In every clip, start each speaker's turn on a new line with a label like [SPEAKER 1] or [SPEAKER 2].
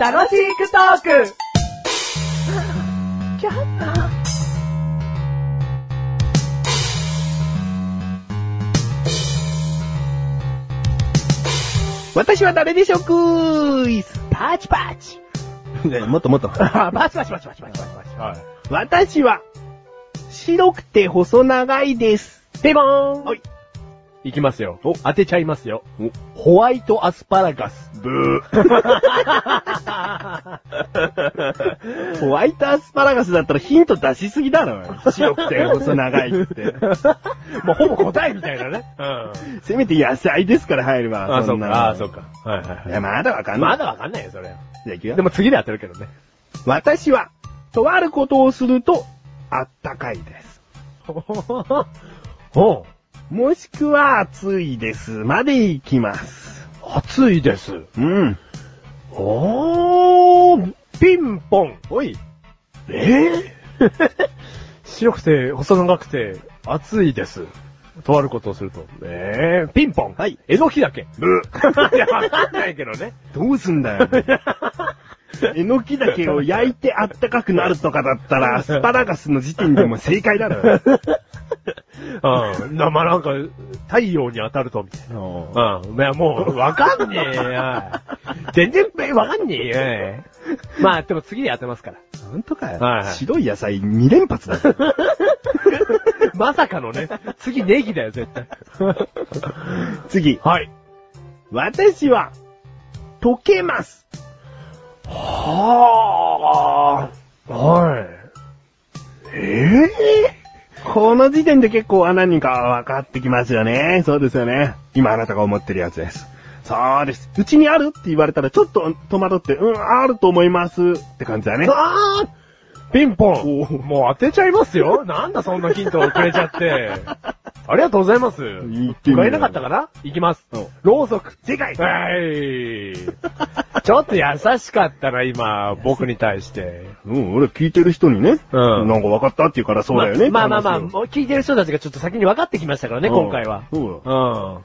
[SPEAKER 1] 楽しくトーク
[SPEAKER 2] 私は誰でしょうクイズ
[SPEAKER 1] パチパ チ
[SPEAKER 2] いやもっともっと。
[SPEAKER 1] あ、バチバチバチバチバチバチバチ。
[SPEAKER 3] はい。
[SPEAKER 2] 私は、白くて細長いです。
[SPEAKER 3] ピボーン
[SPEAKER 2] はい。
[SPEAKER 3] いきますよ。
[SPEAKER 2] お
[SPEAKER 3] 当てちゃいますよ
[SPEAKER 2] お。
[SPEAKER 3] ホワイトアスパラガス。
[SPEAKER 2] ブー。 ホワイトアスパラガスだったらヒント出しすぎだろ。白くて細長い って。
[SPEAKER 3] もうほぼ答えみたいなね。うん。
[SPEAKER 2] せめて野菜ですから入るわ。
[SPEAKER 3] あ、そ
[SPEAKER 2] ん
[SPEAKER 3] う
[SPEAKER 2] な
[SPEAKER 3] か。あ、そうか。はいはい
[SPEAKER 2] い
[SPEAKER 3] は
[SPEAKER 2] や、まだわか
[SPEAKER 3] い。
[SPEAKER 2] んない。
[SPEAKER 3] まだわかんないよ、それ。
[SPEAKER 2] じゃあ行くよ。
[SPEAKER 3] でも次で当てる けどね。
[SPEAKER 2] 私は、とあることをすると、あったかいです。
[SPEAKER 3] おう
[SPEAKER 2] もしくは、暑いです。まで行きます。
[SPEAKER 3] 暑いです。
[SPEAKER 2] うん。
[SPEAKER 3] おー、ピンポン。おい。
[SPEAKER 2] え
[SPEAKER 3] 白くて、細長くて、暑いです。とあることをすると。えー、ピンポン。
[SPEAKER 2] はい。
[SPEAKER 3] えの きだけ。
[SPEAKER 2] ぇ、ブ
[SPEAKER 3] いや、わかんないけどね。
[SPEAKER 2] どうすん だよ。えのきだけを焼いてあったかくなるとかだったら、アスパラガスの時点でも正解だ ろ。
[SPEAKER 3] うん。な、まあ、なんか、太陽に当たると、みたいな。うん。いや、もう、わかんねえよ。全然、えわかんねえよ。まあ、でも次で当てますから。
[SPEAKER 2] ほんとかよ
[SPEAKER 3] はいはい
[SPEAKER 2] 白い野菜2連発だ ぞ。
[SPEAKER 3] まさかのね、次ネギだよ、絶対。
[SPEAKER 2] 次。
[SPEAKER 3] はい。
[SPEAKER 2] 私は、溶けます。
[SPEAKER 3] はあ。はい。
[SPEAKER 2] ええこの時点で結構何か分かってきますよね。そうですよね。今あなたが思ってるやつです。そうです。うちにあるって言われたらちょっと戸惑って、うん、あると思いますって感じだね。
[SPEAKER 3] あーピンポンもう当てちゃいますよなんだそんなヒントをくれちゃって。ありがとうございます。
[SPEAKER 2] 言ってみろ
[SPEAKER 3] 聞こえ
[SPEAKER 2] よ
[SPEAKER 3] なかったかな行きます
[SPEAKER 2] お。
[SPEAKER 3] ろうそく。
[SPEAKER 2] 正解
[SPEAKER 3] はい。ちょっと優しかったな、今、僕に対して。
[SPEAKER 2] うん、俺聞いてる人にね、
[SPEAKER 3] うん
[SPEAKER 2] なんか分かったって言うからそうだよね。
[SPEAKER 3] まあまあまあ、
[SPEAKER 2] って話
[SPEAKER 3] もう聞いてる人たちがちょっと先に分かってきましたからね、
[SPEAKER 2] うん
[SPEAKER 3] 今回は。
[SPEAKER 2] そうよ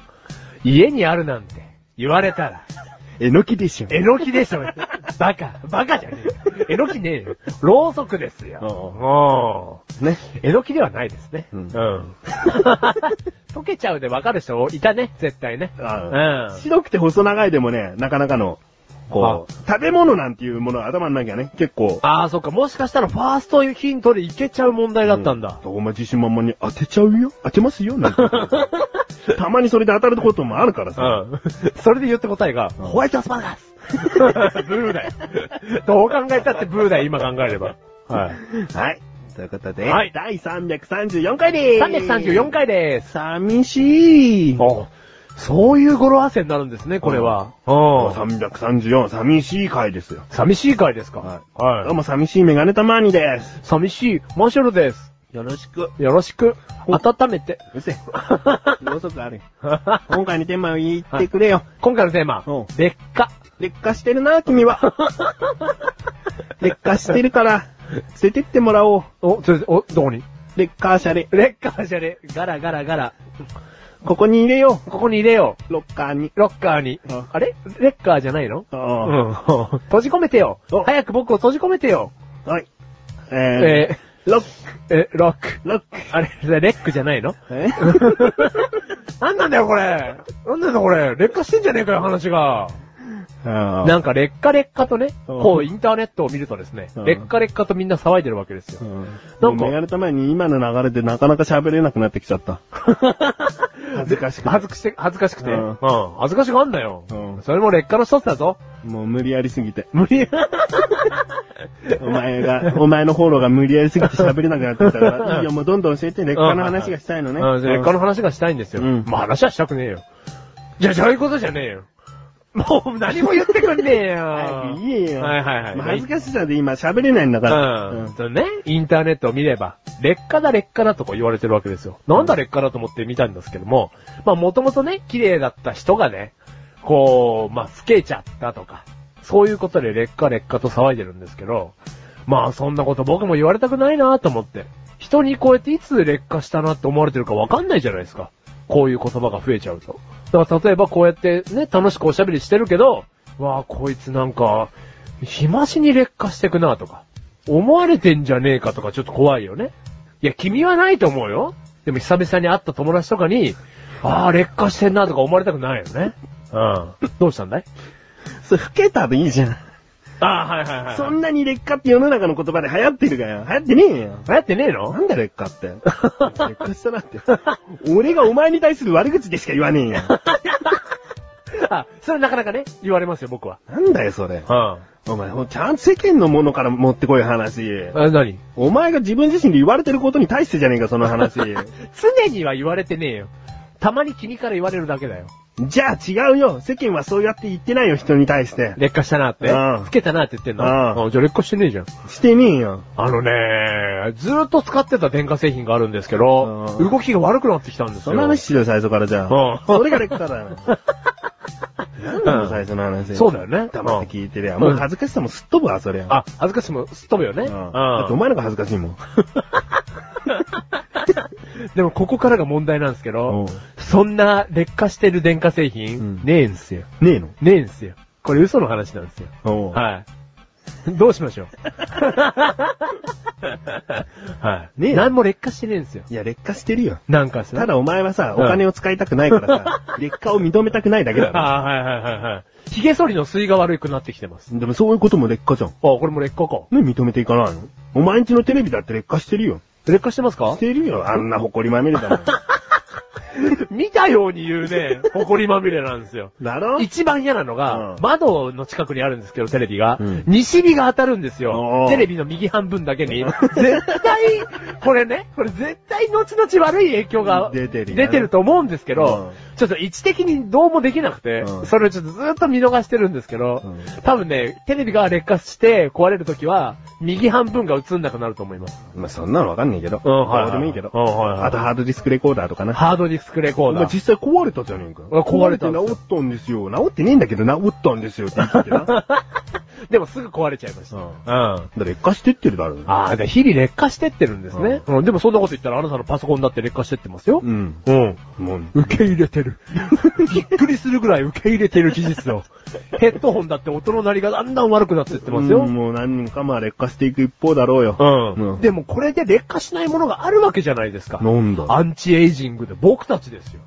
[SPEAKER 3] うん。家にあるなんて言われたら、
[SPEAKER 2] えのきでしょ。
[SPEAKER 3] えのきでし ょ。バカ、バカじゃねえよ。えのきねえよ。ろうそくですよ。うん。
[SPEAKER 2] ね。
[SPEAKER 3] えのきではないですね。
[SPEAKER 2] うん
[SPEAKER 3] 溶けちゃうでわかる人いたね、絶対ね。
[SPEAKER 2] あ
[SPEAKER 3] うん
[SPEAKER 2] 白くて細長いでもね、なかなかの、こう、食べ物なんていうものは頭の中にはね、結構、
[SPEAKER 3] ああ、そっか、もしかしたらファーストヒントでいけちゃう問題だったんだ。
[SPEAKER 2] お前自信満々に当てちゃうよ当てますよなんて。 たまにそれで当たることもあるから
[SPEAKER 3] う
[SPEAKER 2] さ。
[SPEAKER 3] ん。それで言った答えが、ホワイトアスパラガスブーだよ。どう考えたってブーだよ、今考えれば。は い。
[SPEAKER 2] はい。ということで、
[SPEAKER 3] はい
[SPEAKER 2] 第334回でーす。
[SPEAKER 3] 334。回です。
[SPEAKER 2] 寂しい。
[SPEAKER 3] おそういう語呂合わせになるんですね、これは。うん。
[SPEAKER 2] 334、寂しい回ですよ。
[SPEAKER 3] 寂しい回ですか
[SPEAKER 2] はどう
[SPEAKER 3] は
[SPEAKER 2] も寂しいメガネたまーにです。
[SPEAKER 3] い。寂しい、マシュルです。
[SPEAKER 2] よろしく。
[SPEAKER 3] よろしく、温 めて。
[SPEAKER 2] うるせえ。ろうそくあるよ。今回のテーマを言ってくれよ。
[SPEAKER 3] 今回のテーマ
[SPEAKER 2] うん、
[SPEAKER 3] 劣化。
[SPEAKER 2] 劣化してるな、君 は。劣化してるから、捨ててってもらおう。
[SPEAKER 3] お、それ、お、どこに
[SPEAKER 2] 劣化シャレ。
[SPEAKER 3] 劣化じゃねガラガラガラ。
[SPEAKER 2] ここに入れよ
[SPEAKER 3] ここに入れよ
[SPEAKER 2] う。ロッカーに。
[SPEAKER 3] う。ロッカーに
[SPEAKER 2] うん。
[SPEAKER 3] あれレッカーじゃないのう
[SPEAKER 2] あ
[SPEAKER 3] ん。閉じ込めてよ
[SPEAKER 2] お。
[SPEAKER 3] 早く僕を閉じ込めてよ。
[SPEAKER 2] あはい。え
[SPEAKER 3] え
[SPEAKER 2] ー、ロック、
[SPEAKER 3] ー、え、ロック。
[SPEAKER 2] ロック。
[SPEAKER 3] あれ、レックじゃないの
[SPEAKER 2] え
[SPEAKER 3] なんなんだよ、これ。なんなんだ、これ。劣化してんじゃねえかよ、話が。
[SPEAKER 2] あ
[SPEAKER 3] なんか、劣化劣化とね、
[SPEAKER 2] うん
[SPEAKER 3] こう、インターネットを見るとですね
[SPEAKER 2] う、ん
[SPEAKER 3] 劣化劣化とみんな騒いでるわけですよ。
[SPEAKER 2] なんか、メガネたまに今の流れでなかなか喋れなくなってきちゃ った。恥ずかしくて
[SPEAKER 3] 恥ずくして、恥ずかしくて。う
[SPEAKER 2] うん
[SPEAKER 3] ん。恥ずかしがあんなよ。
[SPEAKER 2] うん
[SPEAKER 3] それも劣化の一つだぞ。
[SPEAKER 2] もう無理やりすぎて。
[SPEAKER 3] 無理や。
[SPEAKER 2] お前が、お前のフォローが無理やりすぎて喋れなくなってきたから、いいよ、もうどんどん教えて、劣化の話がしたいのね。
[SPEAKER 3] うん、劣化の話がしたいんですよ。
[SPEAKER 2] うん
[SPEAKER 3] まあ話はしたくねえよ。いや、そういうことじゃねえよ。もう何も言ってくんねえよ。
[SPEAKER 2] 早く言えよ。
[SPEAKER 3] はいはいはい
[SPEAKER 2] もう恥ずかしさで今喋れないんだから。
[SPEAKER 3] うん。
[SPEAKER 2] うん
[SPEAKER 3] そうね、インターネットを見れば、劣化だ劣化だとこう言われてるわけですよ。なんだ劣化だと思って見たんですけども、まあもともとね、綺麗だった人がね、こう、まあ老けちゃったとか、そういうことで劣化劣化と騒いでるんですけど、まあそんなこと僕も言われたくないなと思って、人にこうやっていつ劣化したなって思われてるかわかんないじゃないですか。こういう言葉が増えちゃうと。だから例えばこうやってね、楽しくおしゃべりしてるけど、わあ、こいつなんか、日増しに劣化してくなとか、思われてんじゃねえかとかちょっと怖いよね。いや、君はないと思うよ。でも久々に会った友達とかに、ああ、劣化してんなとか思われたくないよね。うん。どうしたんだい
[SPEAKER 2] それ、老けたでいいじゃん。
[SPEAKER 3] ああ、はいはいはい。
[SPEAKER 2] そんなに劣化って世の中の言葉で流行ってるかよ。流行ってねえよ。
[SPEAKER 3] 流行ってねえの
[SPEAKER 2] なんだ劣化 って。劣化したなって。俺がお前に対する悪口でしか言わねえよ。
[SPEAKER 3] あ、それなかなかね、言われますよ、僕は。
[SPEAKER 2] なんだよ、それ。
[SPEAKER 3] うん。
[SPEAKER 2] お前、ほんちゃんと世間のものから持ってこい話。
[SPEAKER 3] あ、何
[SPEAKER 2] お前が自分自身で言われてることに対してじゃねえか、その 話。
[SPEAKER 3] 常には言われてねえよ。たまに君から言われるだけだよ。
[SPEAKER 2] じゃあ違うよ。世間はそうやって言ってないよ、人に対して。
[SPEAKER 3] 劣化したなって。
[SPEAKER 2] うん
[SPEAKER 3] 老けたなって言ってんの。
[SPEAKER 2] うん
[SPEAKER 3] じゃあ劣化してねえじゃん。
[SPEAKER 2] してねえよ。
[SPEAKER 3] あのねずーっと使ってた電化製品があるんですけど、
[SPEAKER 2] うん
[SPEAKER 3] 動きが悪くなってきたんですよ。
[SPEAKER 2] その話しろよ、最初からじゃあ。
[SPEAKER 3] うん。
[SPEAKER 2] それが劣化 だよ。なんだよ、最初の話。
[SPEAKER 3] そうだよね。
[SPEAKER 2] 黙って聞いてりゃ。もう恥ずかしさもすっ飛ぶわ、そりゃ。
[SPEAKER 3] うんあ、恥ずかしいもんすっ飛ぶよね。
[SPEAKER 2] うん。だってお
[SPEAKER 3] うん
[SPEAKER 2] 前の方が恥ずかしいもん。
[SPEAKER 3] でもここからが問題なんですけ
[SPEAKER 2] うん
[SPEAKER 3] ど、そんな劣化してる電化製品、
[SPEAKER 2] うん
[SPEAKER 3] ねえんすよ。
[SPEAKER 2] ねえの
[SPEAKER 3] ねえんすよ。これ嘘の話なんですよ。
[SPEAKER 2] おう
[SPEAKER 3] はい。どうしましょう。はい。
[SPEAKER 2] ねえ
[SPEAKER 3] 何も劣化してねえんですよ。
[SPEAKER 2] いや、劣化してるよ。
[SPEAKER 3] なんかさ。
[SPEAKER 2] ただお前はさ、お
[SPEAKER 3] うん
[SPEAKER 2] 金を使いたくないから さ、劣化を認めたくないだけだろ。
[SPEAKER 3] ああ、はいはいはいはい。髭剃りの吸いが悪くなってきてます。あ
[SPEAKER 2] でもそういうことも劣化じゃん。
[SPEAKER 3] これも劣化か。
[SPEAKER 2] ね、認めていかないのお前んちのテレビだって劣化してるよ。
[SPEAKER 3] 劣化してますか
[SPEAKER 2] してるよ。あんな埃まみれだもん。
[SPEAKER 3] 見たように言う ね、埃まみれなんですよ。
[SPEAKER 2] だろ
[SPEAKER 3] 一番嫌なの
[SPEAKER 2] う
[SPEAKER 3] が、
[SPEAKER 2] ん
[SPEAKER 3] 窓の近くにあるんですけど、テレビが。
[SPEAKER 2] うん
[SPEAKER 3] 西日が当たるんです
[SPEAKER 2] お
[SPEAKER 3] よ。
[SPEAKER 2] ー
[SPEAKER 3] テレビの右半分だけに。絶対、これね、これ絶対後々悪い影響が
[SPEAKER 2] 出てるよね
[SPEAKER 3] 出てると思うんですけど、ちょっと位置的にどうもできなくて、
[SPEAKER 2] うん
[SPEAKER 3] それをちょっとずっと見逃してるんですけど、
[SPEAKER 2] うん
[SPEAKER 3] 多分ね、テレビが劣化して壊れるときは、右半分が映んなくなると思います。
[SPEAKER 2] まあ、そんなのわかんないけど。
[SPEAKER 3] うんはい
[SPEAKER 2] どうでもいいけど。
[SPEAKER 3] うんはいはい
[SPEAKER 2] あとハードディスクレコーダーとかな。
[SPEAKER 3] ハードディスクレコ
[SPEAKER 2] お
[SPEAKER 3] ー
[SPEAKER 2] 前
[SPEAKER 3] ダー。
[SPEAKER 2] 実際壊れたじゃねえか。
[SPEAKER 3] あ壊れたんです
[SPEAKER 2] 壊て
[SPEAKER 3] よ
[SPEAKER 2] 治ったんですよ。治ってねえんだけど治ったんですよって言って たけどな。
[SPEAKER 3] でもすぐ壊れちゃいました。
[SPEAKER 2] うん
[SPEAKER 3] うん
[SPEAKER 2] だから劣化してってるだろ。
[SPEAKER 3] ああ、で日々劣化してってるんですね、うん。でもそんなこと言ったらあなたのパソコンだって劣化してってますよ。
[SPEAKER 2] うん。
[SPEAKER 3] うん。
[SPEAKER 2] もう、
[SPEAKER 3] 受け入れてる。 びっくりするぐらい受け入れてる技術を。ヘッドホンだって音の鳴りがだんだん悪くなってってますよ。
[SPEAKER 2] うんもう何人かまあ劣化していく一方だろうよ。
[SPEAKER 3] うん
[SPEAKER 2] うん
[SPEAKER 3] でもこれで劣化しないものがあるわけじゃないですか。
[SPEAKER 2] なんだ
[SPEAKER 3] アンチエイジングで僕たちですよ。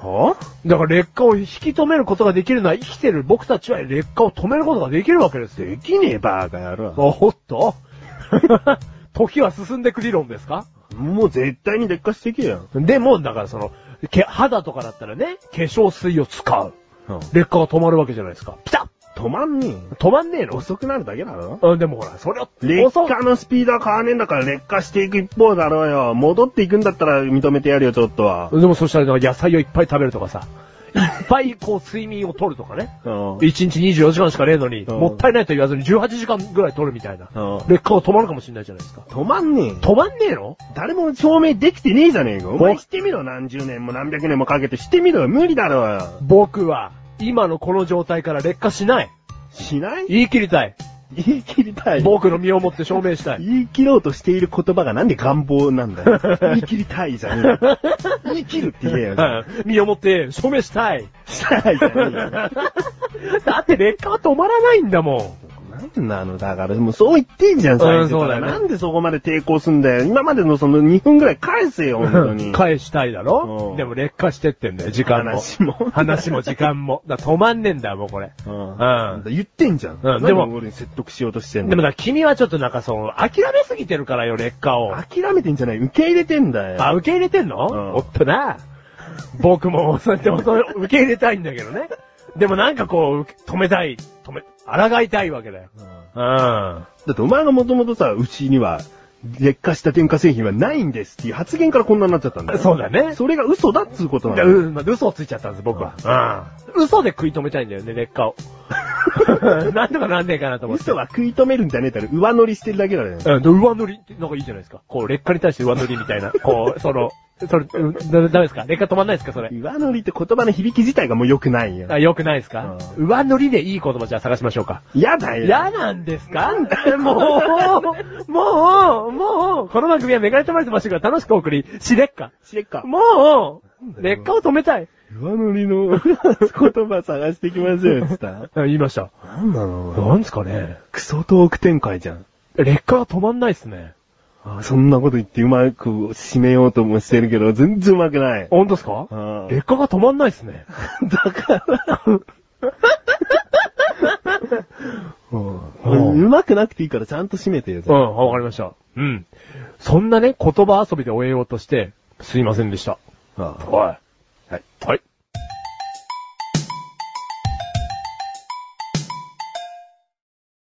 [SPEAKER 2] は
[SPEAKER 3] だから劣化を引き止めることができるのは生きてる僕たちは劣化を止めることができるわけですよ。
[SPEAKER 2] できねえバーカ野郎。
[SPEAKER 3] おっと時は進んでく理論ですか
[SPEAKER 2] もう絶対に劣化していけよ。
[SPEAKER 3] でも、だからその、け肌とかだったらね、化粧水を使う。
[SPEAKER 2] 止
[SPEAKER 3] 劣化が止まるわけじゃないですか。ピタ
[SPEAKER 2] まんね
[SPEAKER 3] ッ止まんねえ
[SPEAKER 2] え。
[SPEAKER 3] の
[SPEAKER 2] 遅くなるだけだろ
[SPEAKER 3] うん、でもほら、それを、
[SPEAKER 2] 劣
[SPEAKER 3] 遅
[SPEAKER 2] 化のスピードは変わんねえんだから劣化していく一方だろうよ。戻っていくんだったら認めてやるよ、ちょっとは。
[SPEAKER 3] でもそしたらなんか野菜をいっぱい食べるとかさ、いっぱいこう睡眠を取るとかね。
[SPEAKER 2] うん
[SPEAKER 3] 1日24時間しかねえのに、
[SPEAKER 2] うん
[SPEAKER 3] もったいないと言わずに18時間ぐらい取るみたいな。
[SPEAKER 2] うん
[SPEAKER 3] 劣化が止まるかもしれないじゃないですか。
[SPEAKER 2] 止まんねえ。
[SPEAKER 3] 止まんねえの
[SPEAKER 2] 誰も証明できてねえじゃねえか。お前してみろ、何十年も何百年もかけてしてみろよ。無理だろうよ。
[SPEAKER 3] 僕は、今のこの状態から劣化しない。
[SPEAKER 2] しない
[SPEAKER 3] 言い切りたい。
[SPEAKER 2] 言い切りたい。
[SPEAKER 3] 僕の身をもって証明したい。
[SPEAKER 2] 言い切ろうとしている言葉がなんで願望なん だよ。言い切りたいじゃねえよ。言い切るって言えよ。
[SPEAKER 3] うん身をもって証明したい。
[SPEAKER 2] したいじゃね
[SPEAKER 3] だって劣化は止まらないんだも
[SPEAKER 2] えよ。なんなの、だから、もうそう言ってんじゃん、最初から。
[SPEAKER 3] うんそうだよね
[SPEAKER 2] なんでそこまで抵抗すんだよ。今までのその2分ぐらい返せよ、本当
[SPEAKER 3] ん。
[SPEAKER 2] に。
[SPEAKER 3] 返したいだ
[SPEAKER 2] う
[SPEAKER 3] ろ
[SPEAKER 2] ん
[SPEAKER 3] でも劣化してってんだよ、時間も。
[SPEAKER 2] 話も
[SPEAKER 3] 話も時間も。だから止まんねえんだよ、もうこれ。
[SPEAKER 2] うん。言ってんじゃん。
[SPEAKER 3] うんでも
[SPEAKER 2] 何俺に説得しようとしてんの。
[SPEAKER 3] でもだ、君はちょっとなんかその、諦めすぎてるからよ、劣化を。
[SPEAKER 2] 諦めてんじゃない受け入れてんだよ。
[SPEAKER 3] あ、受け入れてん
[SPEAKER 2] うん
[SPEAKER 3] のおっとな。僕もそうやって本当に受け入れたいんだけどね。でもなんかこう、止めたい。止め、抗いたいわけだよ。うん。
[SPEAKER 2] だってお前がもともとさ、うちには、劣化した電化製品はないんですっていう発言からこんなになっちゃったんだよ。
[SPEAKER 3] そうだね。
[SPEAKER 2] それが嘘だっつうことなん
[SPEAKER 3] で
[SPEAKER 2] だ
[SPEAKER 3] う
[SPEAKER 2] よ。
[SPEAKER 3] んまあ嘘をついちゃったんです、僕は。うん。嘘で食い止めたいんだよね、劣化を。 なんとかなんねえかなと思って。
[SPEAKER 2] 嘘は食い止めるんじゃねえだろ。上乗りしてるだけだよ。
[SPEAKER 3] うん、で上塗りってなんかいいじゃないですか。こう、劣化に対して上塗りみたい な。こう、その、それ、うんだダメですか劣化止まんないですかそれ。
[SPEAKER 2] 上乗りって言葉の響き自体がもう良くないよ。
[SPEAKER 3] あ、良くないですか
[SPEAKER 2] う
[SPEAKER 3] 上塗りでいい言葉じゃあ探しましょうか。
[SPEAKER 2] 嫌だよ。
[SPEAKER 3] 嫌なんですかもう、もう、もう、この番組はメガネとまりとましてから楽しくお送り、しれっか。
[SPEAKER 2] しれっか。
[SPEAKER 3] もう、劣化を止めたい。
[SPEAKER 2] 上塗りの言葉探してきますよ、つった。
[SPEAKER 3] 言いました。
[SPEAKER 2] なんなの
[SPEAKER 3] なんですかね。
[SPEAKER 2] クソトーク展開じゃん。
[SPEAKER 3] 劣化が止まんないっすね。
[SPEAKER 2] あそんなこと言ってうまく締めようともしてるけど、全然うまくない。
[SPEAKER 3] 本当ですか
[SPEAKER 2] うん
[SPEAKER 3] 劣化が止まんないっすね。
[SPEAKER 2] だから。
[SPEAKER 3] う
[SPEAKER 2] うんんうまくなくていいからちゃんと締めてよ。
[SPEAKER 3] うん、わかりました。うん。そんなね、言葉遊びで終えようとして、すいませんでした。
[SPEAKER 2] あ
[SPEAKER 3] はい。
[SPEAKER 2] はい。
[SPEAKER 3] はい。